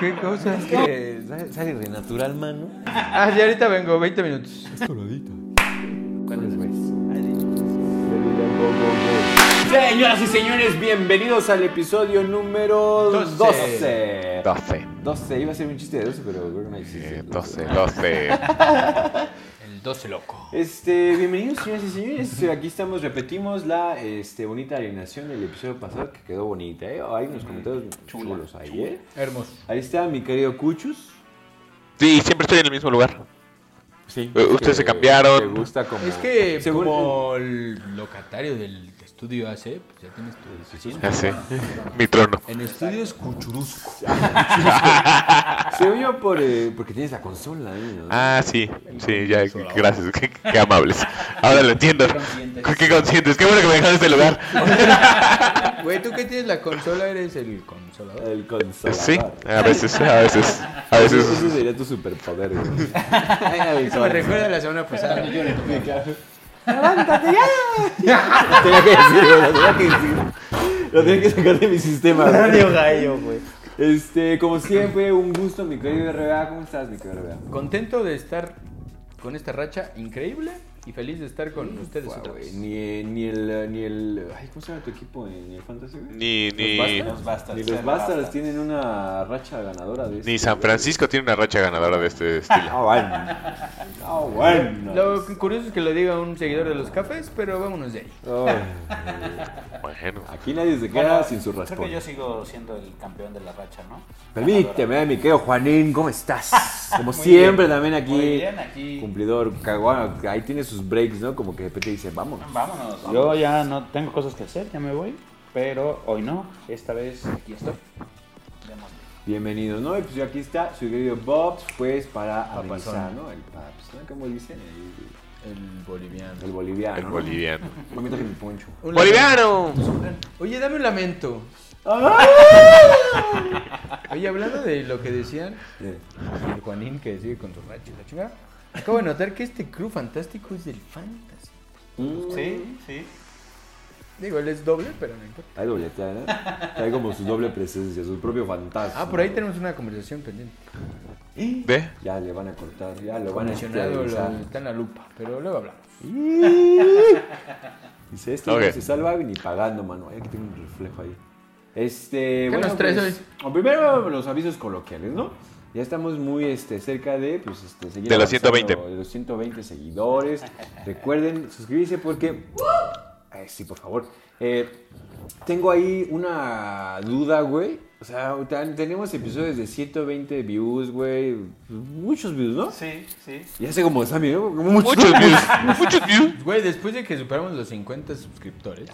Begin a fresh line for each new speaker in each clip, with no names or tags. ¿Qué cosa? Es que sale- sale de natural, mano.
Ah, sí, ahorita vengo, 20 minutos.
¿Cuál es, güey? Señoras y señores, bienvenidos al episodio número 12. 12.
12.
12. Iba a ser un chiste de 12, pero creo que no existe.
eh, 12, 12.
El 12 loco.
Este, bienvenidos señoras y señores, aquí estamos, repetimos la este, bonita alineación del episodio pasado que quedó bonita, ¿eh? Hay unos comentarios
Mm,
chulos ahí, ¿eh?
Hermoso.
Ahí está mi querido Cuchus.
Sí, siempre estoy en el mismo lugar.
Sí.
Eh, ustedes se
que
cambiaron.
Te gusta como...
Es que
Según-
como el locatario del estudio AC, pues ya tienes tu oficina.
Así. Ah, Mi trono.
En estudios Cuchurusco.
Se oyó por, eh, porque tienes la consola, ¿eh? ¿no?
Ah, sí. Sí, ya. Gracias. Qué, qué amables. Ahora lo entiendo. Qué conscientes. Qué bueno que me dejaron este lugar.
Güey, tú que tienes la consola, eres el consolador.
El consola.
Sí, a veces, a veces. A
Ese
veces.
sería tu superpoder, güey. Ay,
Eso me recuerda a la semana pasada.
Tenía que decirlo, lo tenía que decir. Lo tenía que sacar de mi sistema. güey.
Gallo, güey.
Este, como siempre, un gusto, mi querido RBA. ¿Cómo estás, mi querido RBA?
Contento de estar con esta racha increíble y feliz de estar con ustedes
Guau,
otra
güey,
vez.
Ni, eh, ni el, eh, ni el... Ay, ¿cómo se llama tu equipo? eh? ¿Ni el Fantasy? güey?
Ni, ni,
¿Los Bastards? Ni los Bastards tienen una racha ganadora de
ni
este,
San
güey.
Francisco tiene una racha ganadora de este estilo.
Ah, bueno. Ah, bueno.
Lo que- curioso es que lo diga un seguidor de los cafés, pero vámonos de ahí.
Ay,
Bueno.
aquí nadie se queda
Bueno,
sin su
Creo
raspón.
que yo sigo siendo el campeón de la racha, ¿no?
Permíteme, mi querido Juanín, ¿cómo estás? Como siempre, también aquí,
Muy bien, aquí.
cumplidor, caguano, ahí tiene sus breaks, ¿no? Como que de repente dice, vámonos.
Vámonos. Yo ya no tengo cosas que hacer, ya me voy. Pero hoy no, esta vez aquí estoy.
Bienvenidos, ¿no? Y pues yo aquí está su querido Bobs, pues para
Papazón.
amenizar, ¿no? El Paps, ¿no? ¿Cómo dicen? El,
El boliviano.
el boliviano.
El
¿no?
boliviano.
Me meto que mi poncho.
Un
¡Boliviano!
lamento. Oye, dame un lamento. ¡Ah! Oye, hablando de lo que decían,
Eh,
el Juanín que sigue con su racha y la chingada, acabo de notar que este crew fantástico es del fantasy.
mm,
Sí, sí.
Digo, él es doble, pero no importa.
Ahí dobletea, ¿no? Trae como su doble presencia, su propio fantasma.
Ah, por ahí tenemos una conversación pendiente.
¿Ve?
Ya le van a cortar, ya lo van a
Condicionado,
esterilizar.
lo- está en la lupa, pero luego hablamos.
Dice, esto
Ok.
no se salva ni pagando, mano. Ay, que tengo un reflejo ahí. Este,
¿Qué nos traes
hoy? Primero los avisos coloquiales, ¿no? Ya estamos muy este, cerca de, pues, este, seguir
De los
avanzando,
120.
De los 120 seguidores. Recuerden suscribirse porque... Ay, sí, por favor. Eh, tengo ahí una duda, güey. O sea, tan- tenemos episodios de 120 views, güey. Muchos views, ¿no?
Sí, sí.
Ya sé como Sammy, ¿no? Como muchos.
Muchos views. Muchos views.
Güey, después de que superamos los 50 suscriptores,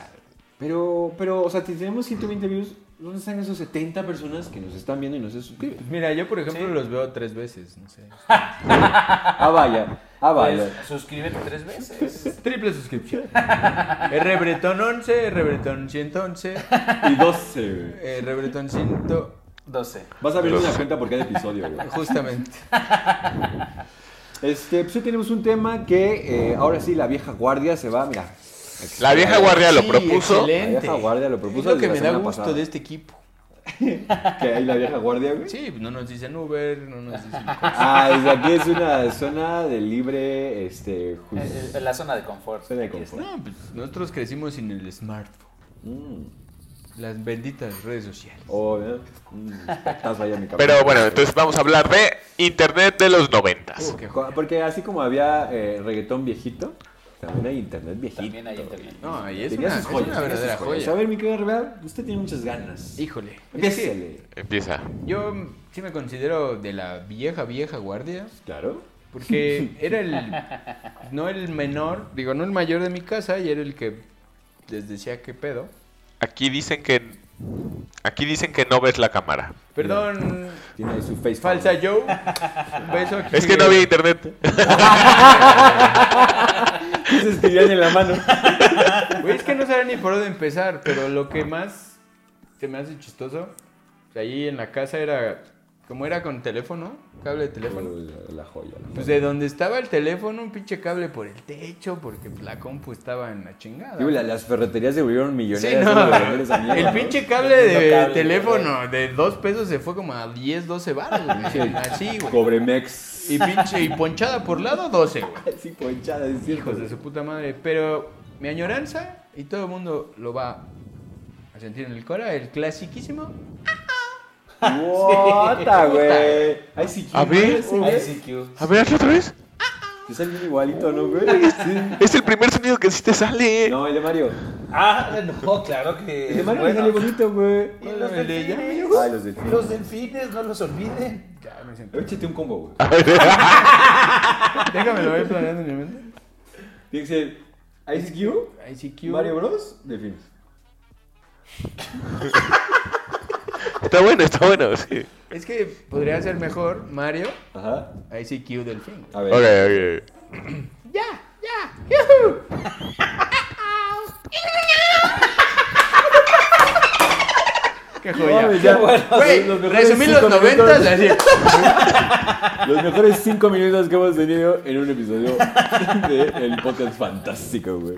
Pero, pero, o sea, si tenemos 120 views, ¿dónde están esos 70 personas que nos están viendo y no se suscriben?
Pues mira, yo por ejemplo los veo tres veces, no sé.
Ah, vaya, ah, vaya.
Pues, Suscríbete tres veces.
Triple suscripción. R Bretón 11, R Bretón 111,
Y 12, güey.
R Bretón 100,
12.
Vas a abrirte
Los-
una cuenta por cada episodio, güey.
justamente.
Este, pues hoy tenemos un tema que eh, ahora sí la vieja guardia se va, mira.
La vieja guardia lo
Sí,
propuso.
excelente.
La vieja guardia lo propuso
Es lo que
desde
me
la
da
semana
gusto
pasada.
de este equipo.
Que hay la vieja guardia, güey.
Sí, no nos dicen Uber, no nos dicen...
Ah, desde aquí es una zona de libre, este, ju-
Eh, eh, La zona de confort.
zona de
Aquí está.
confort.
No, pues nosotros crecimos sin el smartphone.
Mm.
Las benditas redes sociales.
Oh, ¿eh? Mm, estás ahí en mi cabeza.
Pero bueno, entonces vamos a hablar de Internet de los noventas.
Uh, qué
Co-
joya.
Porque así como había eh, reggaetón viejito, también hay internet viejito.
También hay internet.
No, y es
Tenía
una,
sus
es
joyas,
una
tenía sus
verdadera
joyas.
joya.
A ver, mi querido Rivera, usted tiene muchas ganas.
Híjole. es que
Empiécele.
Empieza.
yo sí me considero de la vieja, vieja guardia.
Claro.
Porque era el. No el menor, digo, no el mayor de mi casa y era el que les decía qué pedo.
Aquí dicen que aquí dicen que no ves la cámara.
Perdón,
Tiene ahí su face.
falsa Joe. Un beso aquí.
Es que no había internet.
yo. Se escribían en la mano.
Güey, es que no sabía ni por dónde empezar, pero lo que más se me hace chistoso, o sea, ahí en la casa era como era con teléfono, cable de teléfono.
La, la joya. la
Pues
joya.
de donde estaba el teléfono, un pinche cable por el techo, porque pues, la compu estaba en la chingada.
Digo, la- las ferreterías se volvieron
Sí,
millonarias. solo de vender esa
no.
mierda,
El
¿no?
pinche cable de teléfono de 2 pesos se fue como a 10, 12 baros, güey.
Sí.
Así, güey.
Cobremex.
Y pinche, y ponchada por lado, 12, güey.
Sí, ponchada, es cierto.
Hijos de su puta madre. Pero mi añoranza, y todo el mundo lo va a sentir en el cora, el clasiquísimo.
Guota, güey. Ay, sí,
A ver.
eh.
Ay, sí.
ICQ.
A ver, hazlo otra vez.
Te sale igualito, ¿no, güey? Sí.
Es el primer sonido que sí te sale.
No, el de Mario.
Ah, no, claro que.
El de Mario
bueno.
me sale bonito, güey.
Y los
El de ya,
delfines.
Ay, los delfines.
Los delfines, no los olviden.
Ya, me siento-
Échate un combo, güey.
Déjame lo voy planeando en mi mente.
Tiene que ser Ice Cube,
ICQ.
Mario Bros, delfines.
Está bueno, está bueno. Sí.
Es que podría ser mejor Mario,
Ajá.
ICQ Delfín.
A ver.
Ok, ok.
¡Ya! ¡Ya! ¡Yujú! ¡Qué joya!
Mames, ya, bueno,
Güey,
los mejores
resumí los
cinco
90
minutos.
así.
Los mejores 5 minutos que hemos tenido en un episodio del el podcast fantástico, güey.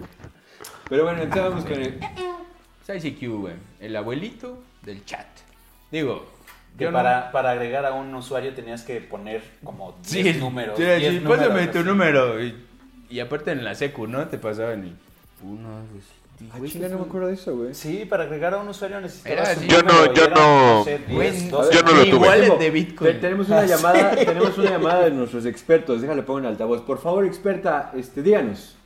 Pero bueno, estábamos con el.
Es ICQ, güey. El abuelito del chat. Digo,
Que
yo no-
para, para agregar a un usuario tenías que poner como 10
Sí,
números.
sí,
10
sí, pues
números,
pásame tu
así.
número. Y, y aparte en la secu, ¿no? Te pasaban el... Uno, dos, tres,
Ah, Chinga, no me acuerdo de eso, güey.
Sí, para agregar a un usuario necesitabas
Era
su
así.
Yo no,
número y
yo
era,
no.
sé,
Güey,
10,
no-
12.
Yo no lo
Mi
tuve.
wallet
Tengo-
de
te-
Bitcoin.
tenemos una llamada, tenemos una llamada de nuestros expertos. Déjale pongo en altavoz. Por favor, experta, este, díganos.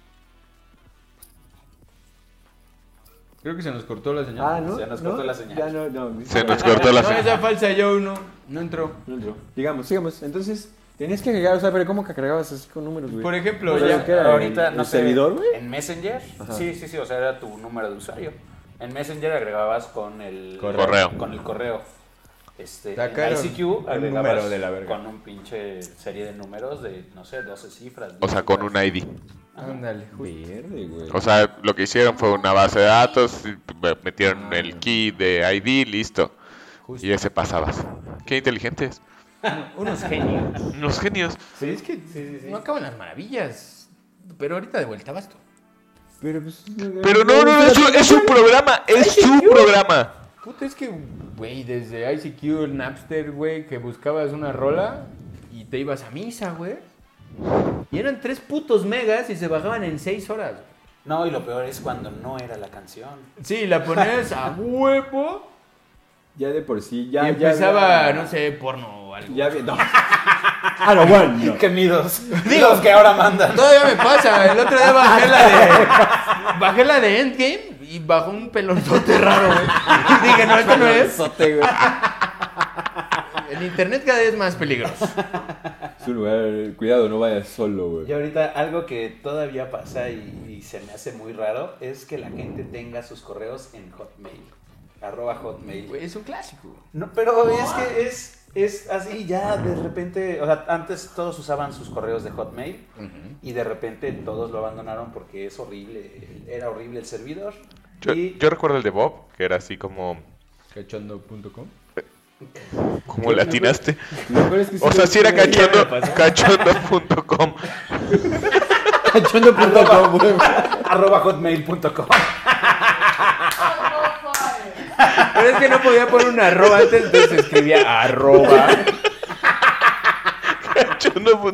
Creo que se nos cortó la señal.
Ah, ¿no?
Se nos
¿No?
cortó la señal.
Ya no, no.
Se nos cortó la
no,
señal.
esa falsa yo no, no entró.
No entró. Digamos, sigamos. Entonces, tenías que agregar, o sea, pero ¿cómo que agregabas así con números, güey?
Por ejemplo,
O sea,
ya-
¿qué era?
ahorita
¿El-
no
el
sé,
servidor, güey?
En Messenger.
Ajá.
Sí, sí, sí, o sea, era tu número de usuario. En Messenger agregabas con el
Correo. Correo.
Con el correo. Este,
Está
en
caro.
ICQ
Un
agregabas
número de la verga.
con un pinche serie de números de no sé, 12 cifras.
O sea, con un ID.
Ah, Ándale, justo.
Verde, güey.
O sea, lo que hicieron fue una base de datos, y metieron el key de ID, listo.
Justo.
Y ese pasabas. Qué inteligentes.
Unos genios.
Los genios.
Sí, es que no acaban las maravillas. Pero ahorita de vuelta vas tú.
Pero, pues,
Pero no, no, no, es su, es su programa, es su programa.
Puta, es que, güey, desde ICQ, el Napster, güey, que buscabas una rola y te ibas a misa, güey. Y eran tres putos megas y se bajaban en seis horas.
No, y lo peor es cuando no era la canción.
Sí, la ponías a huevo
Ya de por sí, ya.
y
ya
empezaba,
había-
no sé, porno o algo.
Ya vi- no. Ah, no, bueno.
Que midos. Los que ahora mandan.
Todavía me pasa. El otro día bajé la de. Bajé la de Endgame y bajó un pelonzote raro, güey. Y dije, no, esto no es.
Sote, güey.
El internet cada vez es más peligroso.
Es un lugar, cuidado, no vayas solo, güey.
Y ahorita algo que todavía pasa y, y se me hace muy raro es que la gente tenga sus correos en Hotmail. Arroba Hotmail.
Güey, es un clásico.
No, pero es que es, es así, ya de repente, o sea, antes todos usaban sus correos de Hotmail y de repente todos lo abandonaron porque es horrible, era horrible el servidor.
Yo,
y
yo recuerdo el de Bob, que era así como...
Cachondo.com.
Como latinaste.
Lo peor es que sí
O sea,
lo-
si era cachondo, cachondo.com.
Cachondo.com, güey.
arroba hotmail.com.
Pero es que no podía poner un arroba antes, entonces escribía arroba.
Cachondo.com.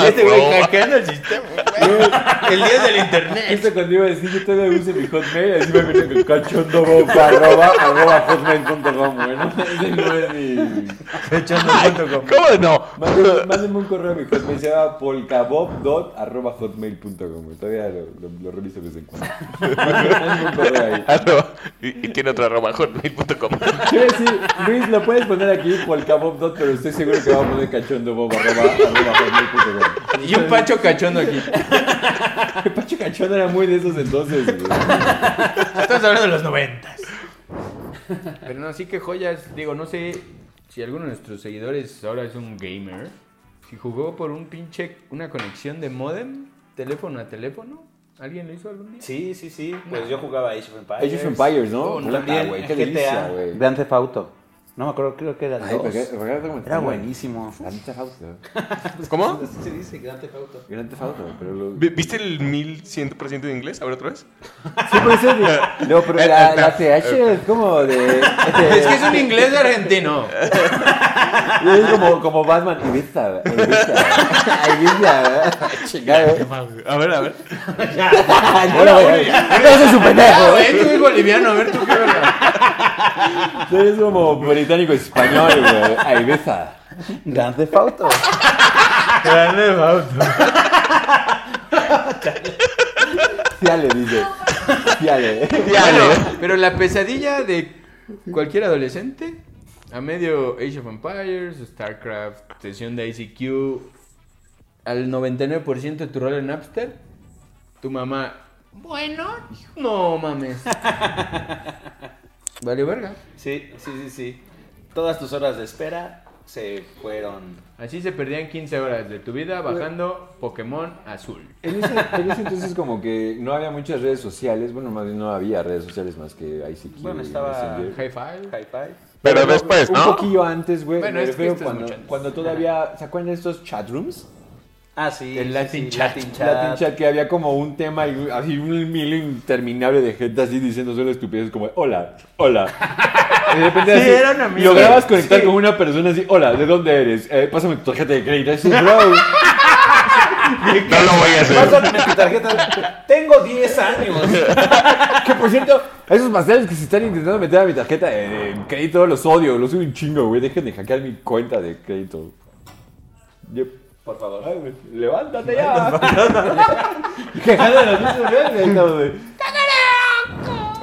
Y este güey
arroba.
hackeando el sistema. Este güey. El día del internet.
Esto cuando iba a decir, yo todavía uso mi hotmail, así me viene con cachondo.com, arroba, arroba hotmail.com, güey. No, Ese no es mi... Cachondo.com.
¿Cómo no?
Mándenme, mándenme un correo a mi hotmail, se llama polkabob.hotmail.com. güey. Todavía lo, lo, lo reviso de vez en cuando. Mándenme un correo ahí.
Arroba. Y, y tiene otro arroba, hotmail.com.
Quiero decir, Luis, lo puedes poner aquí polkabob.hot, pero estoy seguro que va a poner cachondobob, arroba, arroba hotmail.com.
Y un pacho cachondo aquí.
El Pacho Cachondo era muy de esos entonces, güey.
Estamos hablando de los noventas. Pero no, sí que joyas. Digo, no sé si alguno de nuestros seguidores ahora es un gamer. Si jugó por un pinche, una conexión de modem, teléfono a teléfono. ¿Alguien lo hizo algún día?
Sí, sí, sí, pues yo jugaba Age of Empires.
Age of Empires, ¿no?
Oh,
Puta,
También
güey,
GTA,
güey.
Grand Theft Auto. No me acuerdo, creo que era el
Ay,
2.
pero que- recuerda cómo
Era
estaba.
buenísimo.
Grand Theft Auto.
¿Cómo?
Se dice Grand Theft Auto.
Grand Theft Auto, pero lo...
¿Vi- ¿Viste el 1100% de inglés? A ver otra vez.
Sí, por eso de- No, pero la, la TH es como de...
Es que es un inglés argentino.
Es como, como Batman. Ibiza, Ibiza. Ibiza. Chingado.
A ver, a ver.
Bueno, Ah, güey. No seas un pendejo.
Güey, tú eres boliviano, a ver tú qué verga.
Tú eres como británico español, güey. A Ibiza.
Grand Theft Auto.
Fiale, dice. Fiale.
Bueno, pero la pesadilla de cualquier adolescente, a medio Age of Empires, StarCraft, sesión de ICQ, al 99% de tu rol en Napster, tu mamá, bueno, no mames. Vale, verga.
Sí, sí, sí, sí. Todas tus horas de espera se fueron.
Así se perdían 15 horas de tu vida bajando Pokémon azul.
En ese, en ese entonces como que no había muchas redes sociales. Bueno, más bien no había redes sociales más que ICQ.
Bueno, estaba
Messenger.
High five.
Hi-Fi.
Pero después,
Un
¿no?
poquillo antes, güey.
Bueno,
me
es que
refiero
esto es
cuando,
mucho antes.
cuando todavía. ¿Se acuerdan de estos chatrooms?
Ah, sí.
El
sí,
Latin
sí,
Chat.
Latin Chat.
Latin chat que había como un tema y así un mil interminable de gente así diciendo solo estupideces como hola, hola. Y de repente
Sí,
así
era una mierda.
lograbas conectar con una persona así, hola, ¿de dónde eres? Eh, pásame tu tarjeta de crédito. Así, bro,
No lo voy a hacer.
Pásame mi tarjeta. Tengo 10 años.
que por cierto, a esos pasteles que se están intentando meter a mi tarjeta de, de crédito los odio, los odio un chingo, güey. Dejen de hackear mi cuenta de crédito. Yep.
Por favor.
Ay, güey, levántate ya. Quejando de las luces verdes, cabrón, güey.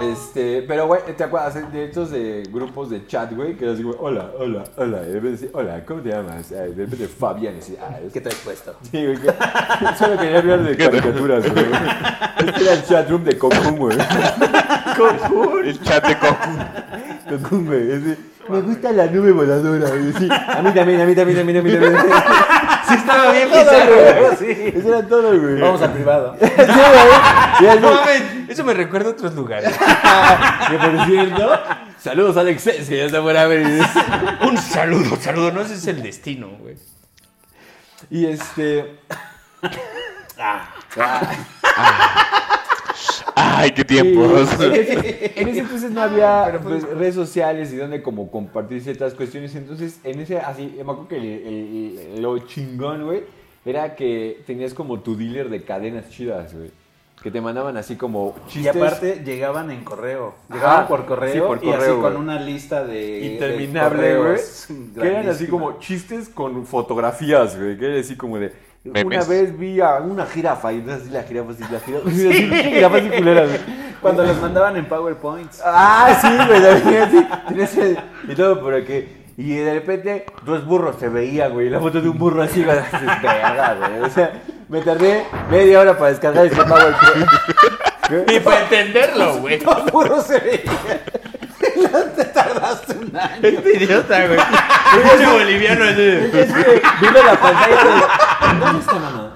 Este, pero güey, ¿te acuerdas de estos de grupos de chat, güey? Que era así, güey, hola, hola, hola. Y de repente decía, hola, ¿cómo te llamas? Ay, de repente Fabián y decía, ah, es que
¿Qué te has puesto?
sí, güey. que- Solo quería hablar de caricaturas, güey. Este era el chatroom de Cocoon, güey.
El chat de Coco.
Cocoon, güey. Ese, Me gusta la nube voladora, güey. Sí, a mí también, a mí también, a mí también, a mí también.
Sí, estaba bien
pizarro.
Sí.
Eso era todo, güey.
Vamos al privado.
Sí, güey. Y así,
No mames, eso me recuerda a otros lugares.
Que por cierto, saludos a Alex Sens, que ya está fuera a ver.
Un saludo, saludo. No sé si es el destino, güey.
Y este.
Ah.
Ah,
Ay, qué
y-
tiempos.
en ese entonces no había pues, redes sociales y donde como compartir ciertas cuestiones. Entonces, en ese, así, me acuerdo que el- el- el- lo chingón, güey, era que tenías como tu dealer de cadenas chidas, güey. Que te mandaban así como chistes.
Y aparte llegaban en correo. Llegaban
Ajá,
por correo
sí, por
y así
correo,
con
güey.
una lista de.
interminable,
de
güey.
correos
Que eran así
grandísima.
como chistes con fotografías, güey. Que era así como de. Una
Memes.
vez vi a una jirafa y entonces así la jirafa, así la jirafa. así, así, jirafa así culera, güey.
Cuando los mandaban en PowerPoints.
Ah, sí, güey, también así. Tenías el- y todo, pero que. Y de repente, dos burros se veían, güey. La foto de un burro así, güey. así, verga, güey. O sea, me tardé media hora para descargar ese PowerPoint.
Y para entenderlo, güey.
Los burros se veían. No te tardaste un año.
Este idiota, güey. Ese boliviano ese.
Es que vino la pantalla de. ¿Dónde está mamá?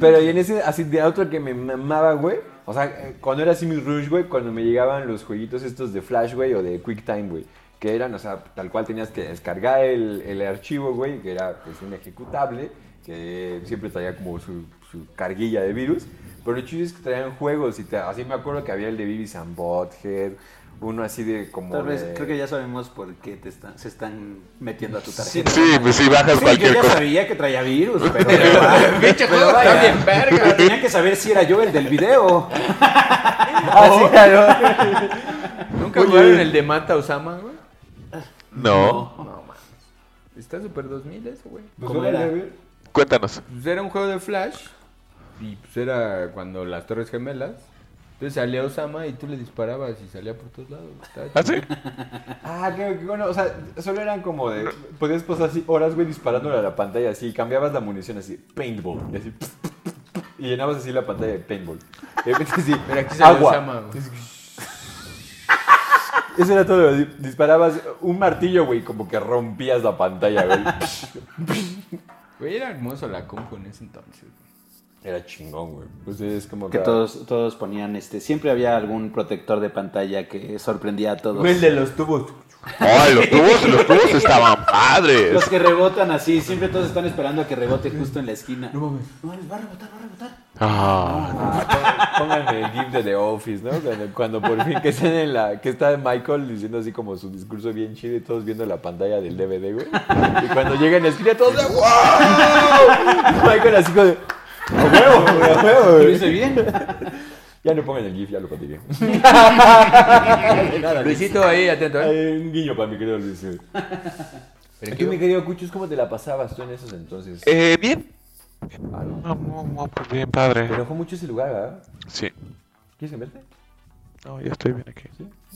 Pero y en ese, así de otro que me mamaba, güey. O sea, eh, cuando era así mi rush, güey, cuando me llegaban los jueguitos estos de Flash, güey, o de QuickTime, güey. Que eran, o sea, tal cual tenías que descargar el, el archivo, güey, que era pues, un ejecutable, que siempre traía como su, su carguilla de virus. Pero lo chido es que traían juegos, y te- así me acuerdo que había el de Beavis and Butthead, uno así de como.
Tal vez,
de-
creo que ya sabemos por qué te están, se están metiendo a tu tarjeta.
Sí, pues si bajas
Sí, yo
cualquier
ya
cosa.
sabía que traía virus, pero, pero,
Pinche juego está
vaya,
bien verga.
tenía que saber si era yo el del video.
Ah, sí, claro.
¿Nunca jugaron el de Mata Osama, güey?
No.
No, mames. Está super 2000 eso, güey.
¿Cómo era?
Cuéntanos.
Pues era un juego de Flash. Y pues era cuando las Torres Gemelas. Entonces salía Osama y tú le disparabas y salía por todos lados. güey. Estaba
¿Ah,
chido.
sí?
Ah, que que bueno, o sea, solo eran como de. Podías pasar así horas, güey, disparándole a la pantalla así. Cambiabas la munición así, paintball. Y así. Y llenabas así la pantalla de paintball. De repente así,
Pero aquí salió Osama,
agua.
güey.
Eso era todo. así, Disparabas un martillo, güey, como que rompías la pantalla, güey.
Güey, era hermoso la compu en ese entonces. güey.
Era chingón, güey. Pues es como
Que todos, todos ponían, este, siempre había algún protector de pantalla que sorprendía a todos.
de los tubos.
Ay, los tubos, los tubos estaban padres.
Los que rebotan así, siempre todos están esperando a que rebote justo en la esquina.
Ah,
Pónganme el gif de The Office, ¿no? Cuando, cuando por fin que están en la... Que está Michael diciendo así como su discurso bien chido y todos viendo la pantalla del DVD, güey. Y cuando llega en la esquina todos de ¡Wow! Michael así como de... ¡A huevo, güey! ¡A huevo, güey!
bien?
Ya no pongan el gif, ya lo platiqué.
Luisito ahí, atento, ¿eh?
Ay, Un guiño para mi querido Luis. güey.
Pero
Tú,
qué-
mi querido Cuchus, ¿cómo te la pasabas tú en esos entonces?
eh, bien.
Ah, no.
No, no, no, pues bien, padre.
Te enojó mucho ese lugar, ¿verdad?
Sí.
¿Quieres cambiarte?
No, ya estoy bien aquí.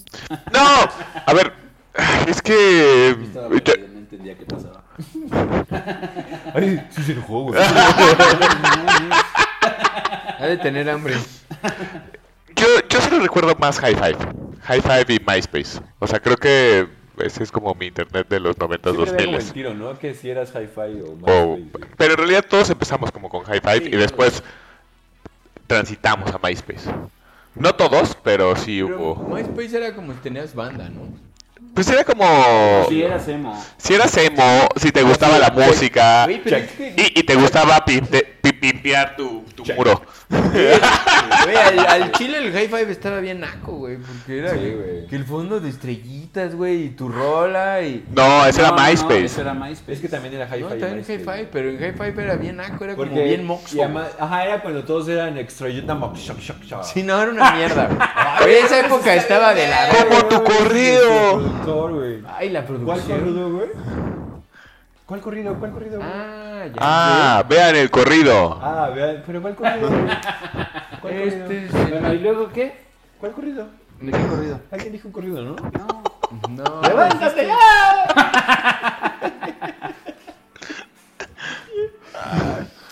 ¡No! A ver, es que.
Estaba
yo-
perdido, no entendía qué pasaba.
Ay, sí se enojó, güey.
Ha de tener hambre.
Yo, yo solo recuerdo más High Five. High Five y MySpace. O sea, creo que ese es como mi internet de los 90s,
Siempre había como
2000
el tiro, ¿no? Que si eras hi-fi o más.
O-
güey.
pero en realidad todos empezamos como con High Five y después transitamos a MySpace. No todos, pero sí
Pero
oh.
hubo.
MySpace era como si tenías banda, ¿no?
Pues era como.
Sí, eras emo.
Si eras emo, si te gustaba la música
Oye, pero es que-
y, y te gustaba pim- de- pi- pimpear tu, tu muro.
Güey, al, al chile el high five estaba bien naco, güey. Porque era
Sí,
que-
güey.
que el fondo de estrellitas, güey, y tu rola y.
No, ese
No,
era
no, no,
MySpace.
eso era MySpace.
Es que también era hi-fi.
No,
y
estaba en high
MySpace.
five, pero en high five era bien naco, era
Porque
como bien moxo.
y además- ajá, era cuando todos eran extrayendo mox, shock, shock, shock.
Sí, no, era una mierda, güey. Güey,
pues
esa época estaba de la verga.
Como tu corrido.
Productor, güey.
Ay, la
¿Cuál
producción.
corrido, güey? ¿Cuál corrido? ¿Cuál corrido? güey?
Ah, ya.
Ah, vean el corrido.
Ah, vean, pero ¿cuál corrido? güey? ¿Cuál
sé.
corrido?
Este es-
Bueno, ¿y luego qué?
¿Cuál corrido?
¿De qué corrido?
Alguien dijo un corrido, ¿no?
No.
¡Levántate ya!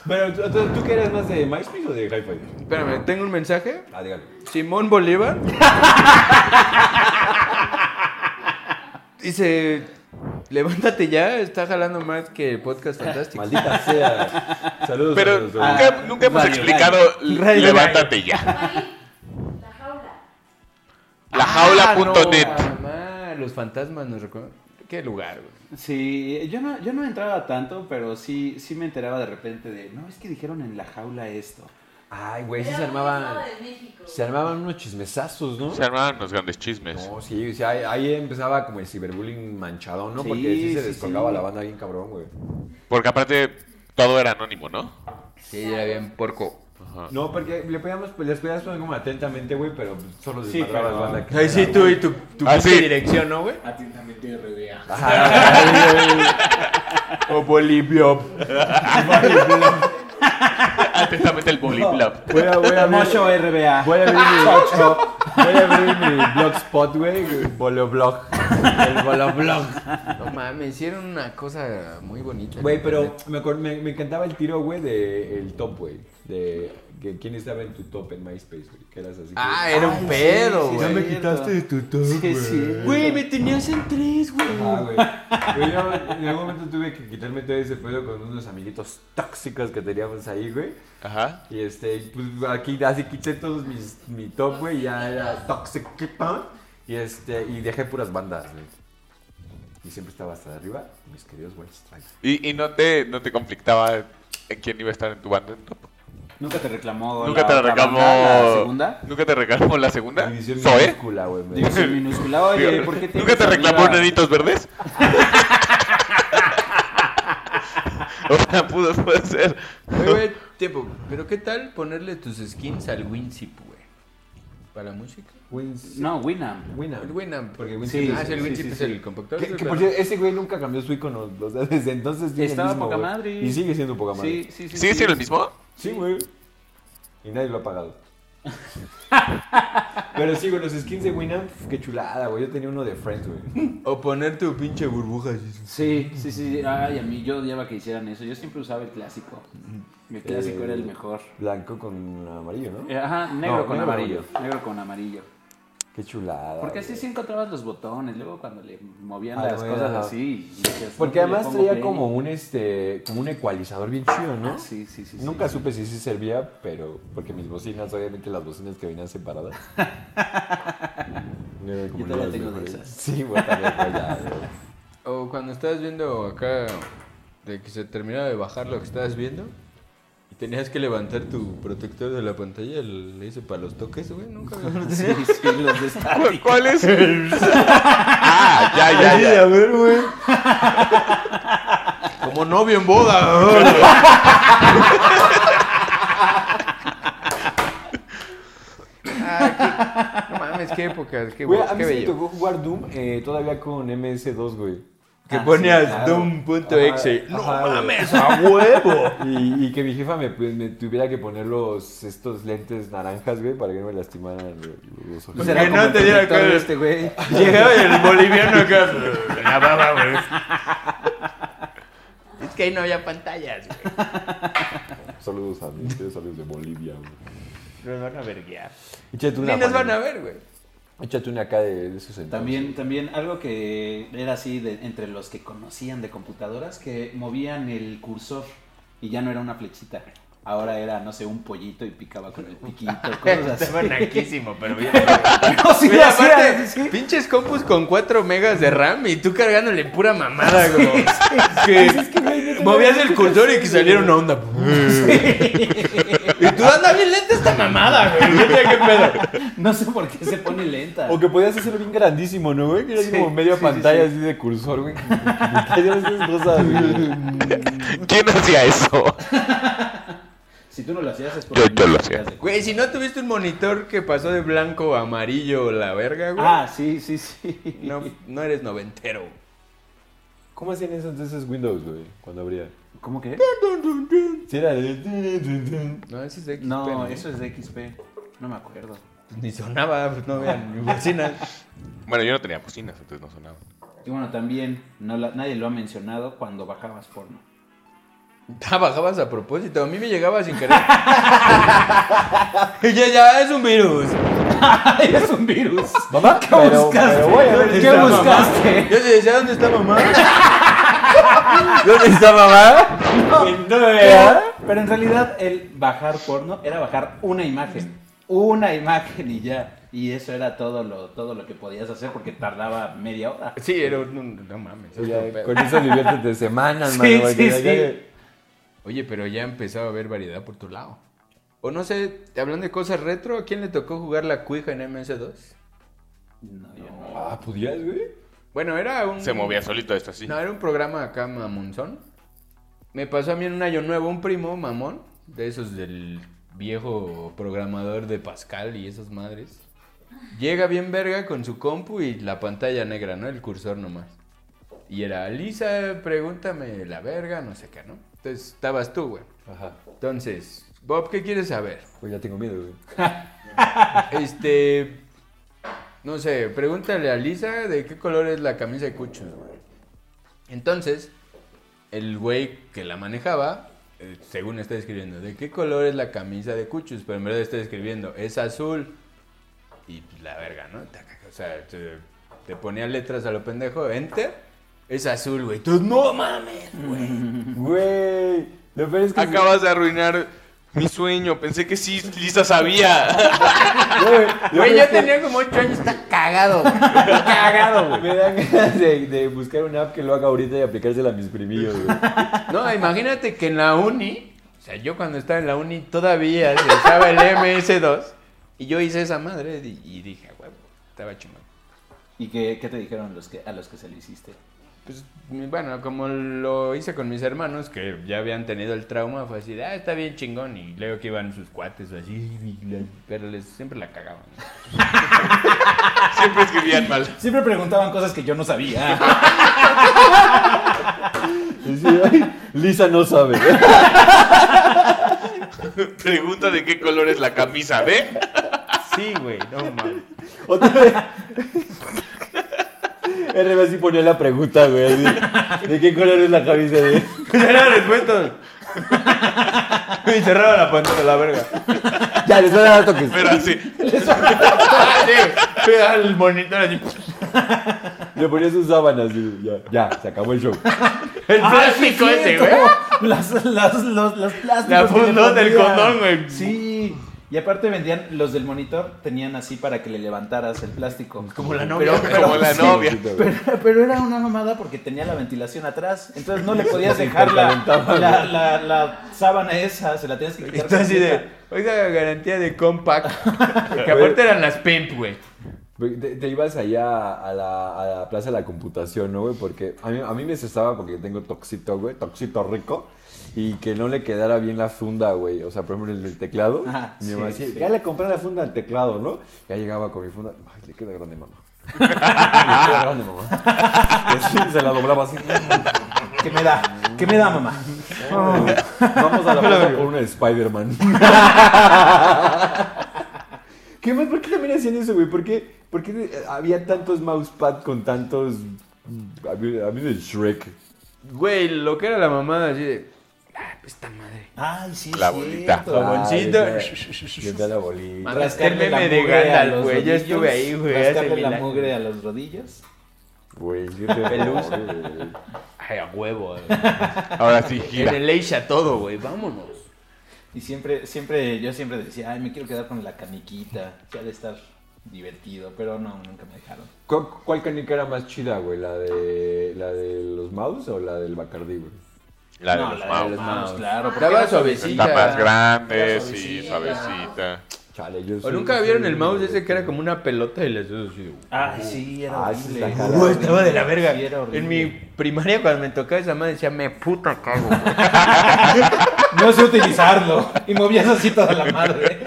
Pero ¿tú- tú, tú qué eres más de MySpace o de Hi-Fi?
Espérame, tengo un mensaje.
Ah, dígalo.
Simón Bolívar. Dice, levántate ya, está jalando más que el podcast fantástico.
Maldita sea. Saludos.
Pero
saludos, saludos.
nunca, nunca hemos
Radio
explicado
Radio
Levántate ya.
La jaula.
Lajaula.net.
Ah, no, mamá, los fantasmas nos recuerdan. Qué lugar, güey.
Sí, yo no, yo no entraba tanto, pero sí, sí me enteraba de repente de, no, es que dijeron en la jaula esto.
Ay, güey, sí
Era
se
un
armaban.
estado de México.
Se armaban unos chismesazos, ¿no?
Se armaban los grandes chismes.
No, sí, o sea, ahí, ahí empezaba como el ciberbullying manchado, ¿no?
Sí,
Porque sí se
sí,
descolgaba
sí.
la banda bien cabrón, güey.
Porque aparte todo era anónimo, ¿no?
Sí, era bien porco.
Ajá.
No, porque le podíamos, pues, les podías poner como atentamente, güey, pero solo
Sí,
desmadrabas
pero-
banda. que-
Ahí sí, tú y tu, tu
Ah,
pinche
sí.
dirección, ¿no, güey?
Atentamente RDA.
O Bolivia.
Atentamente el Boliplab.
Voy a, Ah, voy a abrir,
Mocho RBA.
voy a abrir mi, voy a abrir mi blogspot, güey, boloblog.
El Boloblog. No mames, hicieron una cosa muy bonita.
Güey, pero me, acuer- me, me encantaba el tiro, güey, del top, güey. De que quién estaba en tu top en MySpace, güey. Que eras así.
Ah,
güey.
era un pedo, güey.
quitaste de tu top, Sí, sí.
Güey, me tenías en tres, güey.
Ah, güey. Güey, yo en algún momento tuve que quitarme todo ese pedo con unos amiguitos tóxicos que teníamos ahí, güey.
Ajá.
Y este, pues aquí así quité todos mis mi top, güey, ya era toxic Kitten. Y este, y dejé puras bandas, güey. Y siempre estaba hasta de arriba, mis queridos White Stripes.
Y, y no, te, no te conflictaba en quién iba a estar en tu banda en top.
Nunca te reclamó.
Nunca
la
te
otra
reclamó.
banda, la segunda.
Nunca te reclamó la segunda.
División
Zoe.
minúscula, güey. me-
División minúscula. Oye, ¿por qué
¿Nunca
tienes
te reclamó
arriba?
nenitos verdes? o sea, pudo, pudo ser.
Güey, güey, tiempo. Pero qué tal ponerle tus skins al Winsip, güey. Para la música.
Wins-
No, Winam.
Winamp.
El Winamp.
Porque Winamp Sí,
ah, es el
sí,
Winamp
sí,
es
sí.
el compactor.
Que, que por cierto, ese güey nunca cambió su icono. O sea, desde entonces tiene el
Estaba
mismo,
poca
güey.
madre.
Y sigue siendo poca madre.
Sí, sí, sí.
¿Sigue
sí.
siendo el mismo?
Sí, güey. Y nadie lo ha pagado. Pero sí, güey, los skins de Winamp, qué chulada, güey. Yo tenía uno de Friends, güey.
O poner tu pinche burbuja. así.
Sí, sí, sí. Ay, a mí yo odiaba que hicieran eso. Yo siempre usaba el clásico. El clásico
Eh,
era el mejor.
Blanco con amarillo, ¿no?
Eh, Ajá, negro
No,
con
negro
amarillo. Negro con amarillo.
Qué chulada.
Porque
güey.
así sí encontrabas los botones, luego cuando le movían
Ah,
las
bueno,
cosas
ajá.
así. y decías,
Porque
"No, le
además
pongo
traía
play".
como un este como un ecualizador bien chido, ¿no?
Ah, sí, sí, sí.
Nunca
sí.
supe si sí servía, pero porque mis bocinas, obviamente las bocinas que venían separadas. no eran como
Yo todavía
las
tengo de
mejores.
esas.
Sí, güey, también, güey, ya, güey.
O cuando estabas viendo acá, de que se terminaba de bajar lo que estabas viendo, y tenías que levantar tu protector de la pantalla, le dice para los toques, güey, nunca había
Sí, sí, los de esta-
¿Cu- ¿Cuál es? ah, ya, ya, ya.
ver, güey. Como novio en boda. Ah, qué- no mames, qué época, qué,
Güey,
guapo,
a mí
qué
sí me
bello.
tocó jugar Doom eh, todavía con MS2, güey.
Que
Ah,
ponías
sí, claro.
doom.exe.
Ajá,
No
ajá, güey.
mames, a huevo.
Y, y que mi jefa me, pues, me tuviera que poner los estos lentes naranjas, güey, para que no me lastimaran los, los ojos.
Pues era
Que no
como el
te diera
protector de
cara.
este güey.
Llegaba el boliviano acá. La baba, güey. Es que ahí no había pantallas, güey.
Saludos a mis tíos, saludos de Bolivia, güey.
Nos van a verguear.
Échate
Ni
una.
nos van
Juanito.
a ver, güey.
Échate una acá de, de esos entonces.
También, también algo que era así de, entre los que conocían de computadoras, que movían el cursor y ya no era una flechita. Ahora era, no sé, un pollito y picaba con el piquito, cosas
Estaba
así.
naquísimo, pero bien.
No, sí,
Mira,
así
aparte,
era, sí, sí.
pinches compus con 4 megas de RAM y tú cargándole pura mamada, güey. Que movías el cursor y que saliera una onda. Y tú anda bien lenta esta mamada, güey. Vete, ¿Qué pedo?
No sé por qué se pone lenta.
O que podías hacerlo bien grandísimo, ¿no, güey? Que era
Sí,
como media
sí, sí,
pantalla
sí.
así de cursor, güey. Que hacían esas cosas, güey.
¿Quién hacía eso?
Si tú no lo hacías es
Yo-
porque
yo
no
lo
te
hacía.
das de cuenta.
Güey, si no tuviste un monitor que pasó de blanco a amarillo la verga, güey.
Ah, sí, sí, sí.
No, no eres noventero.
¿Cómo hacían eso entonces Windows, güey? Cuando abría.
¿Cómo que?
Sí, era de...
No, ese es de XP,
No, eso es de XP. No me acuerdo.
Ni sonaba, pues no vean ni bocinas.
Bueno, yo no tenía bocinas, entonces no sonaba.
Y bueno, también no la- nadie lo ha mencionado cuando bajabas porno.
Ah, bajabas a propósito. A mí me llegaba sin querer. y ya, ya, es un virus.
es un virus.
¿Mamá? ¿Qué
buscaste?
Pero voy a ver
¿Qué
esta
buscaste?
Yo te decía, ¿dónde está mamá?
mamá. ¿Dónde está mamá?
Pero, pero en realidad el bajar porno era bajar una imagen. Una imagen y ya. Y eso era todo lo, todo lo que podías hacer porque tardaba media hora.
Sí, era un... un- No mames. es otro
Ya,
pedo.
Con eso diviértete semanas,
Sí,
mano.
sí,
ya- ya-
sí.
Oye, pero ya empezaba a haber variedad por tu lado. O no sé, hablando de cosas retro, ¿a quién le tocó jugar la cuija en MS2?
No, yo no.
Ah, ¿podías, güey?
Bueno, era un...
Se movía solito esto así.
No, era un programa acá mamonzón. Me pasó a mí en un año nuevo un primo mamón, de esos del viejo programador de Pascal y esas madres. Llega bien verga con su compu y la pantalla negra, ¿no? El cursor nomás. Y era, Lisa, pregúntame la verga, no sé qué, ¿no? Entonces estabas tú, güey.
Ajá.
Entonces, Bob, ¿qué quieres saber?
Pues ya tengo miedo, güey.
Este. No sé, pregúntale a Lisa de qué color es la camisa de Cucho. güey. Entonces, el güey que la manejaba, eh, según está escribiendo, ¿de qué color es la camisa de Cuchus? Pero en verdad está escribiendo, es azul. Y pues, la verga, ¿no? Taca, O sea, te, te ponía letras a lo pendejo, enter, es azul, güey. Tú, no mames, güey.
Güey. Lo peor es que...
Acabas de arruinar mi sueño. Pensé que sí, Lisa sabía.
Güey, lo peor
Güey,
es
yo
que-
tenía como 8 años, está cagado. güey.
cagado, güey. Me dan ganas de, de buscar una app que lo haga ahorita y aplicársela a mis primillos, güey.
No, imagínate que en la uni, o sea, yo cuando estaba en la uni todavía se usaba el MS2 y yo hice esa madre y, y dije, "Ah, huevo, estaba chingón.
¿Y qué, qué te dijeron los que, a los que se lo hiciste?
Pues mi- bueno, como lo hice con mis hermanos que ya habían tenido el trauma, fue así, de, ah, está bien chingón y luego que iban sus cuates o así, y la- pero les, siempre la cagaban.
Siempre escribían mal.
Siempre preguntaban cosas que yo no sabía.
Y sí, ay, Lisa no sabe.
Pregunta de qué color es la camisa, ¿ve?
Sí, güey, no mames.
Otra vez. RB sí ponía la pregunta, güey. así, ¿De qué color es la camisa de
Era respuesta. Y cerraba la pantalla, la verga.
Ya, les voy a dar toques.
Pero así.
Ah, sí. Ve al monitor así.
Le ponía sus sábanas y ya, ya, se acabó el show.
El plástico ese, Ah, güey.
Las, las, los, los plásticos.
La
que le
fundó del
ponían.
condón, güey.
Sí. Y aparte vendían, los del monitor tenían así para que le levantaras el plástico.
Como la novia.
Pero-
Como la
sí.
novia.
Pero, pero era una mamada porque tenía la ventilación atrás. Entonces no le podías dejar la, la, la- la sábana esa, se la tenías que quitar.
Está así de.
completa.
Oiga, garantía de compact. Que aparte eran las pimp, güey.
Te, te ibas allá a la, a la plaza de la computación, ¿no, güey? Porque a mí, a mí me estresaba porque tengo toxito, güey, toxito rico. Y que no le quedara bien la funda, güey. O sea, por ejemplo, el del teclado.
Ah,
mi
sí,
mamá decía,
sí.
ya le compré la funda al teclado, ¿no? Ya llegaba con mi funda. Ay, le queda grande, mamá. le queda grande, mamá. Y así se la doblaba así.
¿Qué me da? ¿Qué me da, mamá?
Vamos a la plaza por una de Spider-Man. ¿Qué más? ¿Por qué también hacían eso, güey? ¿Por qué, por qué había tantos mousepad con tantos. A mí, a mí de Shrek.
Güey, lo que era la mamada así de. Ah, pues esta madre.
Ay, sí,
La
es
bolita.
cierto.
Jaboncito.
Ay, ya- ya está la bolita.
Mames, Ah, el meme de
mugre a
Gandalf,
los
güey, yo
rodillos,
estuve ahí, güey,
Rascarle
hace mil
la
años.
mugre a los rodillos.
Güey, qué pelusa. güey.
Ay, a huevo. güey.
Ahora sí,
En
gira.
el Aisha todo, güey. Vámonos.
Y siempre, siempre, yo siempre decía, ay, me quiero quedar con la caniquita. Ya de estar divertido, pero no, nunca me dejaron.
¿Cuál, cuál canica era más chida, güey? ¿La de, ¿La de los mouse o la del Bacardí, güey?
La de
no,
los
la
mouse.
de los mouse,
Mouse.
claro. porque
Estaba
era
suavecita.
Está más grande,
Era
sí,
suavecita.
suavecita.
Chale, yo
¿O
soy-
nunca vieron
soy-
el mouse ese que era como una pelota y les dedos así?
Ah, sí, era
Ah, sí,
horrible.
está
Era
cagado.
Uy, estaba de la
horrible,
verga.
sí, era horrible.
en mi primaria cuando me tocaba esa madre decía, me puta cago.
No sé utilizarlo. Y movías así toda la madre.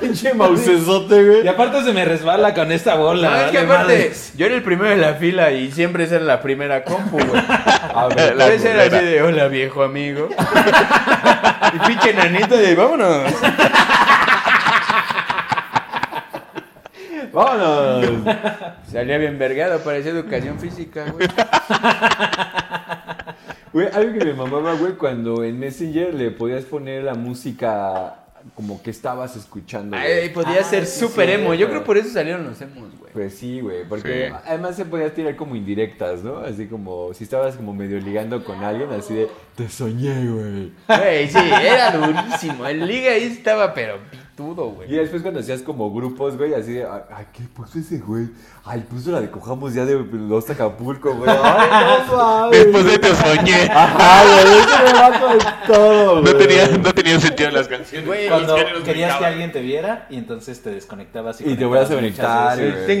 Pinche mousezote, güey.
Y aparte se me resbala con esta bola.
No, es que
vale
aparte,
madres.
yo era el primero de la fila y siempre esa era la primera compu, güey.
A ver,
La
Entonces era así
culera.
de, hola viejo amigo. y pinche nanito de, vámonos.
vámonos.
Salía bien vergado, parecía educación física, güey.
Güey, algo que me mamaba, güey, cuando en Messenger le podías poner la música como que estabas escuchando. güey.
Ay,
pues,
podía
Ah,
ser
sí,
súper
sí,
emo. Yo
pero-
creo por eso salieron los emos, güey.
Pues sí, güey, porque
Sí.
además se podía tirar como indirectas, ¿no? Así como si estabas como medio ligando con alguien, así de, te soñé, güey.
Güey, sí, era durísimo. El liga ahí estaba, pero pitudo,
Y
güey.
después cuando hacías como grupos, güey, así de, ay, ¿qué puso ese güey? Ay, puso la de cojamos ya de los Acapulco, güey. Ay, no mames.
Después de te soñé.
Ajá, güey, eso me va con todo, güey.
No tenía, no tenía sentido las canciones.
Güey,
Los
Cuando
géneros
querías que
brincaban.
alguien te viera y entonces te desconectabas.
Y te volvías
conectabas
a
muchas
conectar,
veces.
güey.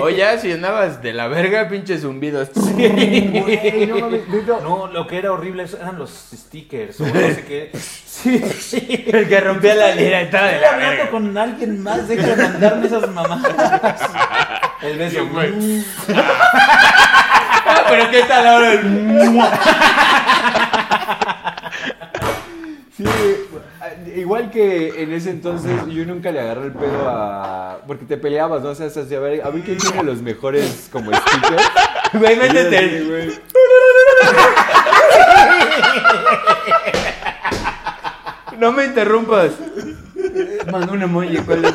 O ya si andabas de la verga, pinches zumbidos.
Güey, no mames, neta,
No, lo que era horrible eran los stickers o no sé qué. Sí, sí.
El que rompía la lira estaba de
Estoy
la
hablando
verga.
con alguien más, deja de mandarme esas mamadas. El beso.
Sí, güey.
Mm.
Ah, pero qué tal ahora el...
Sí, güey. igual que en ese entonces yo nunca le agarré el pedo a... Porque te peleabas, ¿no? O sea, se hacía, a ver, a ver quién tiene los mejores como stickers.
Güey,
Y yo
métete.
así, güey.
No me interrumpas. Mandó un emoji, ¿cuál es?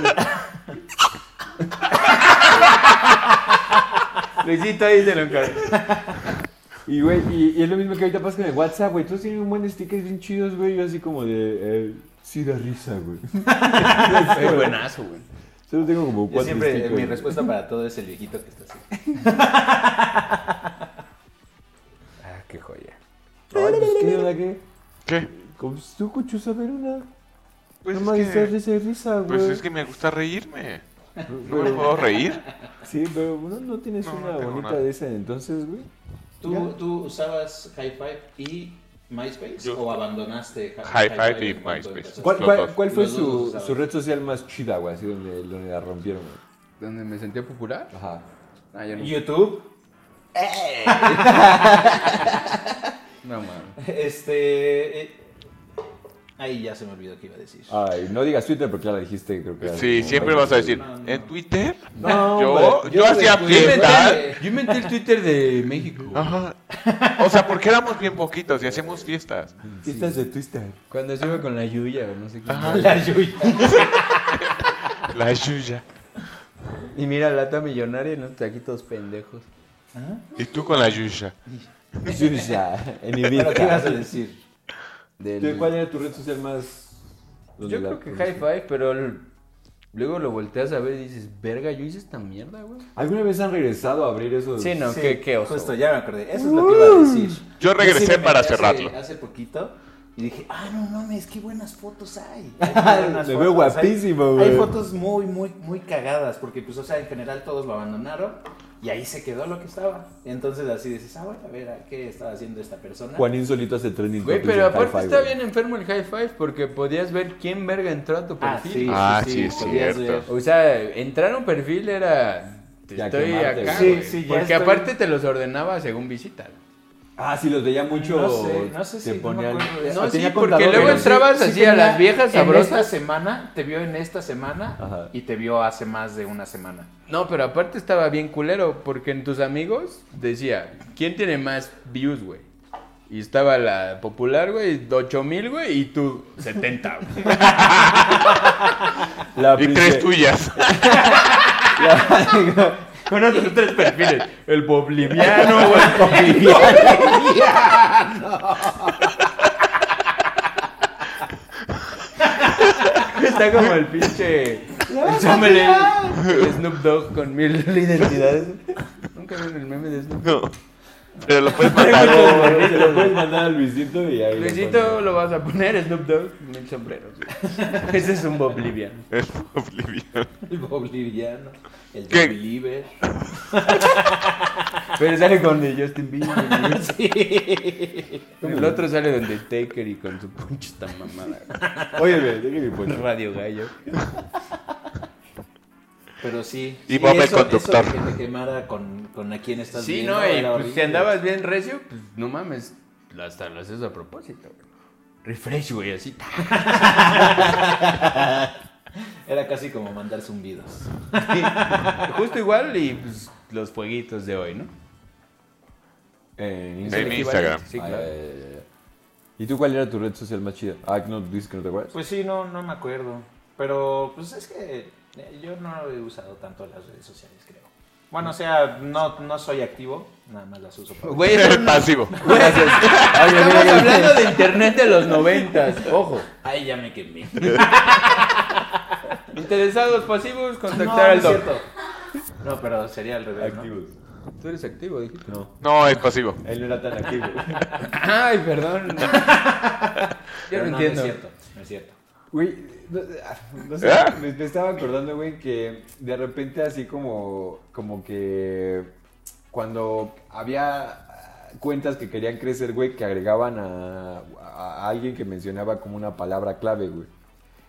Luisito ahí se lo encargo.
Y, güey, y, y es lo mismo que ahorita pasa con el WhatsApp, güey. Todos tienen un buen de stickers bien chidos, güey. Yo así como de... eh, sí da risa, güey.
Es buenazo, güey.
Solo tengo como
Yo
cuatro
siempre,
stickers.
mi respuesta para todo es el viejito que está así.
Ah, qué joya.
Ay, pues, ¿qué, verdad que?
¿Qué?
Como si tú, Cucho, saber una...
Pues
no
es
más
que-
que... risa y risa, güey.
Pues es que me gusta reírme. No me
Pero-
puedo reír.
Sí, pero no, no tienes
No, no
una
tengo
bonita
nada.
de esa entonces, güey.
¿Tú, ¿Tú usabas High Five y MySpace
Yo-
o abandonaste Hi-
Hi-Fi y
en cuanto
MySpace.
empezaste?
¿Cuál,
Los
cuál,
dos.
cuál fue
Los dos los
su,
usaba.
su red social más chida, güey? Así donde, donde la rompieron, güey.
¿Dónde me sentía popular?
Ajá.
Ah, ya no.
YouTube,
No, mames.
este. eh,
Ahí ya se me olvidó que iba a decir.
Ay, no digas Twitter porque ya la dijiste, creo que. hace
Sí,
como
siempre
20
vas a decir,
No, no.
¿en Twitter?
No,
yo,
hombre,
yo hacía
Yo
fiestas.
inventé, yo inventé el Twitter de México.
Ajá. O sea, porque éramos bien poquitos y hacíamos fiestas.
Fiestas de Twitter.
Cuando se iba con la Yuya o no sé qué.
Ah,
La lluvia.
La Yuya.
Y mira, lata millonaria, ¿no? Aquí todos pendejos.
Y tú con la Yuya.
Xuxa, en
¿Pero qué ibas
Ibiza.
a decir?
Del-
¿Cuál era tu red social más.? donde
Yo
la
creo que
conociste?
High Five, pero el- luego lo volteas a ver y dices, verga, yo hice esta mierda, güey.
¿Alguna vez han regresado a abrir esos.?
Sí, no,
Sí,
qué, qué oso.
Justo, ya me acordé. Eso es lo que iba a decir.
Uh. Yo regresé
sí me
para
metí hace-
cerrarlo.
Hace poquito y dije, ah, no mames, qué buenas fotos hay.
Me veo guapísimo,
Hay-
güey.
Hay fotos muy, muy, muy cagadas porque, pues, o sea, en general todos lo abandonaron y ahí se quedó lo que estaba. Entonces así dices, ah, bueno, a ver, ¿a qué estaba haciendo esta persona?
Juanín solito hace trending.
Güey,
topics
pero
en
aparte
Hi-Fi,
está
güey.
bien enfermo el High Five porque podías ver quién verga entró a tu
Ah,
perfil.
sí,
Ah, sí,
sí,
es
podías
cierto.
O sea, entrar a un perfil era. Te
Ya
estoy
quemarte,
acá.
güey.
güey.
Sí, sí, ya
porque
estoy-
aparte te los ordenaba según visita.
Ah, sí, los veía mucho.
No sé, no sé
Te
si no me
ponían.
acuerdo de-
No,
Ah,
sí,
tenía
porque
contador,
luego
pero
entraba- Entrabas así a
tenía
las viejas
En esta
sabrosas.
semana, te vio en esta semana
Ajá.
y te vio hace más de una semana.
No, pero aparte estaba bien culero porque en tus amigos decía, ¿quién tiene más views, güey? Y estaba la popular, güey, 8000, güey, y tú 70. güey.
La
Y
prince-
tres tuyas.
Con otros tres perfiles. El bobliviano, güey. Está como el pinche. El sommelier, el Snoop Dogg con mil identidades. Nunca vieron el meme de Snoop.
No. Pero lo puedes mandar.
No, se lo puedes mandar a Luisito y ahí. lo
Luisito
pone.
lo vas a poner, Snoop Dogg, mil sombreros. güey. Ese es un Bobliviano.
Es Oblivion.
El boliviano. El
¿Qué?
believer.
Pero sale con el Justin Bieber. güey.
Sí.
El otro sale donde Taker y con su punch esta mamada.
Oye, güey, déjame mi
güey.
poncho.
Radio Gallo.
Pero sí.
Y
sí,
Bob el
eso- eso de
conductor.
que te quemara con, con a quién estás
Sí,
viendo
no, y
era
pues, si
horrible.
andabas bien recio, pues no mames, hasta lo haces a propósito, güey. Refresh, güey, así.
Era casi como mandar zumbidos.
Justo igual y pues los fueguitos de hoy, ¿no? Es
En Instagram.
el
En
equivalente,
Instagram.
Sí,
Ah,
claro.
ya, ya, ya, ya. ¿Y tú cuál era tu red social más chida? Ah, no, dices que no te acuerdas.
Pues sí, no, no me acuerdo. Pero pues es que eh, yo no he usado tanto las redes sociales, creo. Bueno, o sea, no, no soy activo, nada más las uso para...
Güey, eso no-
Pasivo.
güey, estamos hablando de internet de los noventas, ojo.
Ay, ya me quemé.
Interesados pasivos, contactar
No,
al
no
doc.
es cierto. No, pero sería al
Pues,
revés, ¿no?
Activos.
Tú eres activo, dijiste.
No,
No, es pasivo.
él no era tan activo.
Ay, perdón. Yo
Pero
no,
no, no
entiendo.
es cierto, no es cierto.
Güey, no, ah, no sé,
¿Ah?
me, me estaba acordando, güey, que de repente así como, como que cuando había ah, cuentas que querían crecer, güey, que agregaban a, a alguien que mencionaba como una palabra clave, güey.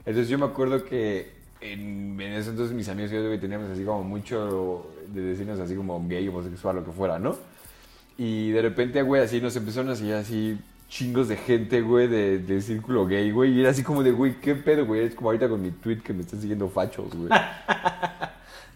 Entonces yo me acuerdo que en, en ese entonces mis amigos y yo, güey, teníamos así como mucho de decirnos así como gay, homosexual, lo que fuera, ¿no? Y de repente, güey, así nos empezaron a seguir así chingos de gente, güey, de, de círculo gay, güey. Y era así como de, güey, qué pedo, güey. Es como ahorita con mi tweet que me están siguiendo fachos, güey.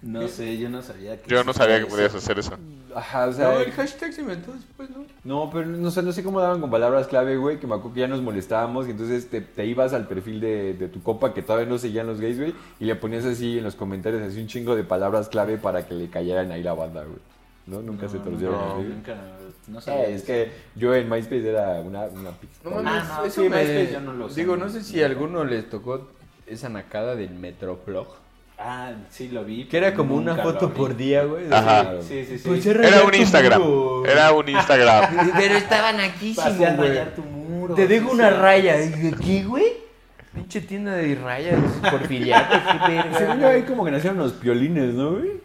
No sé, yo no sabía que...
Yo no sabía que
eso.
podías hacer eso.
Ajá, o sea. eh,
No, el hashtag se inventó después, ¿no?
No, pero no, sé- no sé cómo daban con palabras clave, güey, que me acuerdo que ya nos molestábamos y entonces te, te ibas al perfil de, de tu copa que todavía no seguían los gays, güey, y le ponías así en los comentarios así un chingo de palabras clave para que le cayeran ahí la banda, güey. ¿No? Nunca se torcieron
No,
así, güey.
nunca, no sabía.
Eh, es que yo en MySpace era una, una pizza.
No mames,
Ah, no,
eso
sí,
me-
MySpace yo no lo usé.
Digo, no sé si a alguno les tocó esa nacada del Metroblog.
Ah, sí lo vi.
Que era como una
nunca lo
foto
abrí.
por día, güey. de-
Ajá.
Sí, sí, sí.
Pues he
Era
rayado
un
tu
Instagram.
muro.
Era un Instagram.
Pero estaban
Pasé a
aquí,
rayar tu muro.
Te dejo
Sí,
una
sí.
raya. ¿Y aquí, güey? Pinche tienda de rayas por filiato, qué
Según yo ahí
verga.
como que nacieron los piolines, ¿no, güey?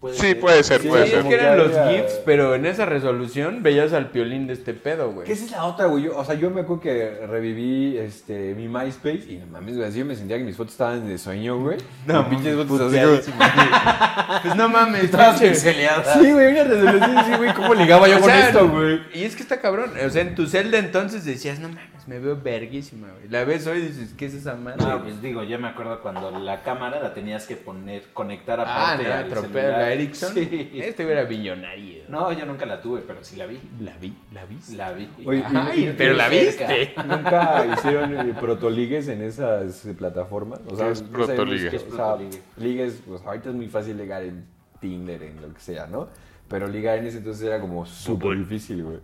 Puede
Sí, puede ser,
Sí,
puede
es
ser.
que eran
Ya,
los
ya.
GIFs, pero en esa resolución veías al piolín de este pedo, güey.
Que esa es la otra, güey. Yo- o sea, yo me acuerdo que reviví este, mi MySpace y no mames, güey. Así yo me sentía que mis fotos estaban de sueño, güey. No, pinches fotos así, güey.
Pues no mames,
Todas
pinche.
pixeleadas.
Sí, güey, una resolución así, güey. ¿Cómo ligaba yo
O
con
sea,
esto, güey?
Y es que está cabrón. O sea, en tu celda entonces decías, no mames, me veo verguísima, güey. La ves hoy y dices, ¿qué es esa madre?
No, pues digo, yo me acuerdo cuando la cámara la tenías que poner, conectar
ah,
aparte
no,
al
atropello
celular.
la Ericsson.
Sí.
Este güey era billonario.
No, yo nunca la tuve, pero sí la vi.
La vi, la viste.
La vi. Ah,
Oye,
Ajá,
y-
Ay, pero la
cerca.
viste.
eh, Nunca hicieron eh, protoligues en esas eh, plataformas. O sea,
¿Qué es
no sabemos
protoligue?
qué-
¿Qué es
o sea,
protoligue?
ligues, pues ahorita es muy fácil ligar en Tinder, en lo que sea, ¿no? Pero ligar en ese entonces era como súper difícil, güey.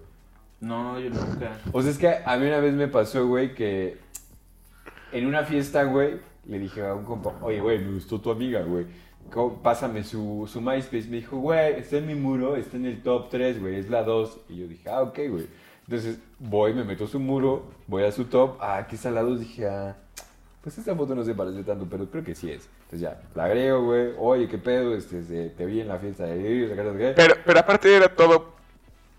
No, yo nunca.
O sea, es que a mí una vez me pasó, güey, que en una fiesta, güey, le dije a un compa, oye, güey, me gustó tu amiga, güey. Co- Pásame su, su MySpace. Me dijo, güey, está en mi muro, está en el top 3, güey, es la 2. Y yo dije, ah, ok, güey. Entonces voy, me meto a su muro, voy a su top, ah, aquí está la 2. Dije, ah, pues esta foto no se parece tanto, pero creo que sí es. Entonces ya, la agrego, güey, oye, qué pedo, este, se- te vi en la fiesta de
Pero, pero aparte era todo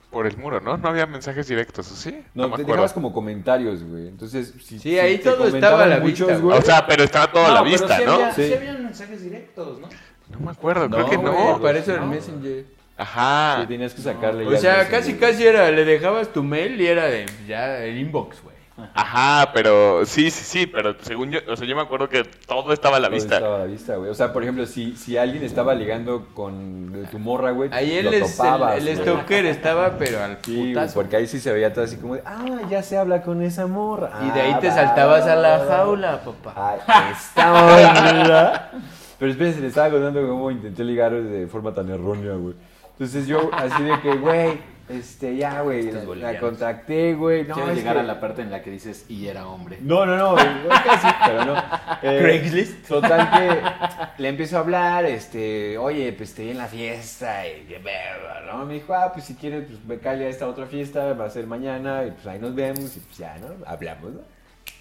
por el muro, ¿no? No había mensajes directos, ¿o sí?
No,
No, me
te
acuerdo.
dejabas como comentarios, güey. Entonces, si,
Sí, ahí
te
todo estaba
comentaban
a la vista, güey.
O sea, pero estaba todo a la
No, pero
vista,
sí
¿no?
había-
Sí.
sí habían mensajes directos, ¿no?
No me acuerdo, creo
No,
que
güey,
no.
pues,
para eso era
no.
el Messenger.
Ajá.
Sí, tenías que sacarle
O
ya
sea,
el
casi,
mensaje.
casi era, le dejabas tu mail y era de, ya el inbox, güey.
Ajá, pero sí, sí, sí, pero según yo, o sea, yo me acuerdo que todo estaba a la
Todo
vista.
Estaba a la vista, güey. O sea, por ejemplo, si, si alguien estaba ligando con tu morra, güey,
Ahí
lo
él es,
topabas,
el, el
güey.
stalker estaba, pero al
Sí, güey,
putazo.
porque ahí sí se veía todo así como, de, ah, ya se habla con esa morra.
Y de ahí
Ah,
te
va,
saltabas
va,
a la
va, va.
jaula, papá.
Ay, esta onda. Pero espérense, les estaba contando cómo intenté ligar de forma tan errónea, güey. Entonces yo, así de que, güey, este, ya, güey, la, la contacté, güey. No,
Quiero
es
llegar
que-
a la parte en la que dices, y era hombre.
No, no, no, eh, no, casi, pero no. Eh,
Craigslist.
Total que le empiezo a hablar, este, oye, pues te vi en la fiesta, y que beba, ¿no? Me dijo, ah, pues si quieres, pues me cale a esta otra fiesta, va a ser mañana, y pues ahí nos vemos, y pues ya, ¿no? Hablamos, ¿no?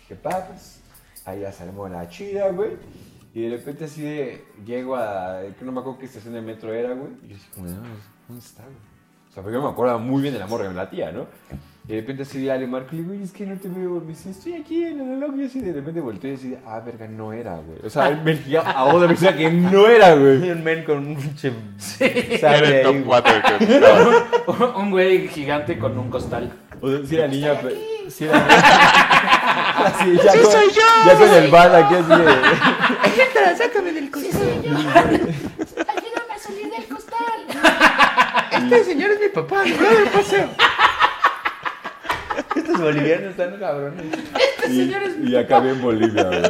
Dije, pa, pues, ahí ya salimos la chida, güey. Y de repente así de, llego a, que no me acuerdo qué estación de metro era, güey, y yo así como, no, ¿dónde está, güey? O sea, porque yo me acuerdo muy bien del amor de la tía, ¿no? Y de repente así ya le marco y le digo, "Oye, es que no te veo. Me dice, estoy aquí en el reloj. Y yo así de repente volteo y así, de, ah, verga, no era, güey. O sea, me guía a otra persona que no era, güey.
Un men con un pinche-
O sea, de
Era el
ahí,
top
güey.
4 que estaba.
Un güey gigante con un costal.
O sea, si era niña, pero... Si era niña. Así, ya
¡Sí
con,
soy yo!
Ya
¡Sí
con el
soy
bal
yo!
aquí así de...
¡Entra, sácame del costal! Sí, soy yo. Ayúdame a salir del costal.
Este señor es mi papá, mi brother paseo. Estos bolivianos están cabrones.
Este señor es
Y, y acabé en Bolivia, güey.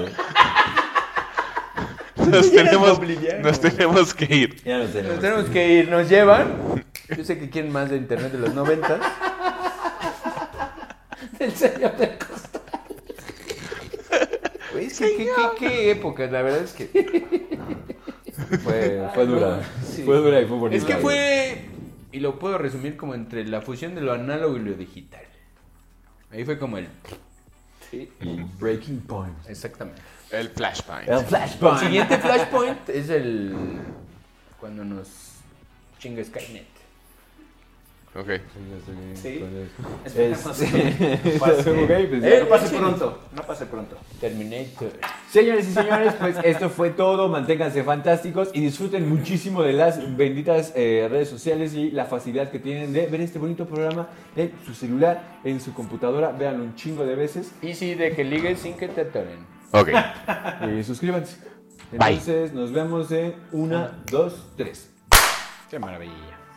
Nos tenemos,
Obliviano,
nos tenemos que ir.
Ya no tenemos.
Nos tenemos que ir, nos llevan. Yo sé que quieren más de internet de los 90.
El señor del costal.
Güey, es que, ¿qué, qué, qué época, la verdad es que.
Fue, fue dura.
Sí.
Fue dura y fue bonita.
Es que
güey.
fue, y lo puedo resumir como entre la fusión de lo análogo y lo digital. Ahí fue como el...
Y Breaking Point.
Exactamente.
El flashpoint.
El
El
Flashpoint.
siguiente flashpoint es el... cuando nos chinga Skynet.
Ok.
Sí.
Es-
Espera,
Ok, pues ya.
Eh,
No pase pronto, no pase pronto.
Terminator.
Señores y señores, pues esto fue todo. Manténganse fantásticos y disfruten muchísimo de las benditas eh, redes sociales y la facilidad que tienen de ver este bonito programa en su celular, en su computadora. Véanlo un chingo de veces
Y sí, de que ligues sin que te atoren.
Ok.
y Eh, suscríbanse.
Bye.
Entonces, nos vemos en una, dos, tres.
Qué maravilla.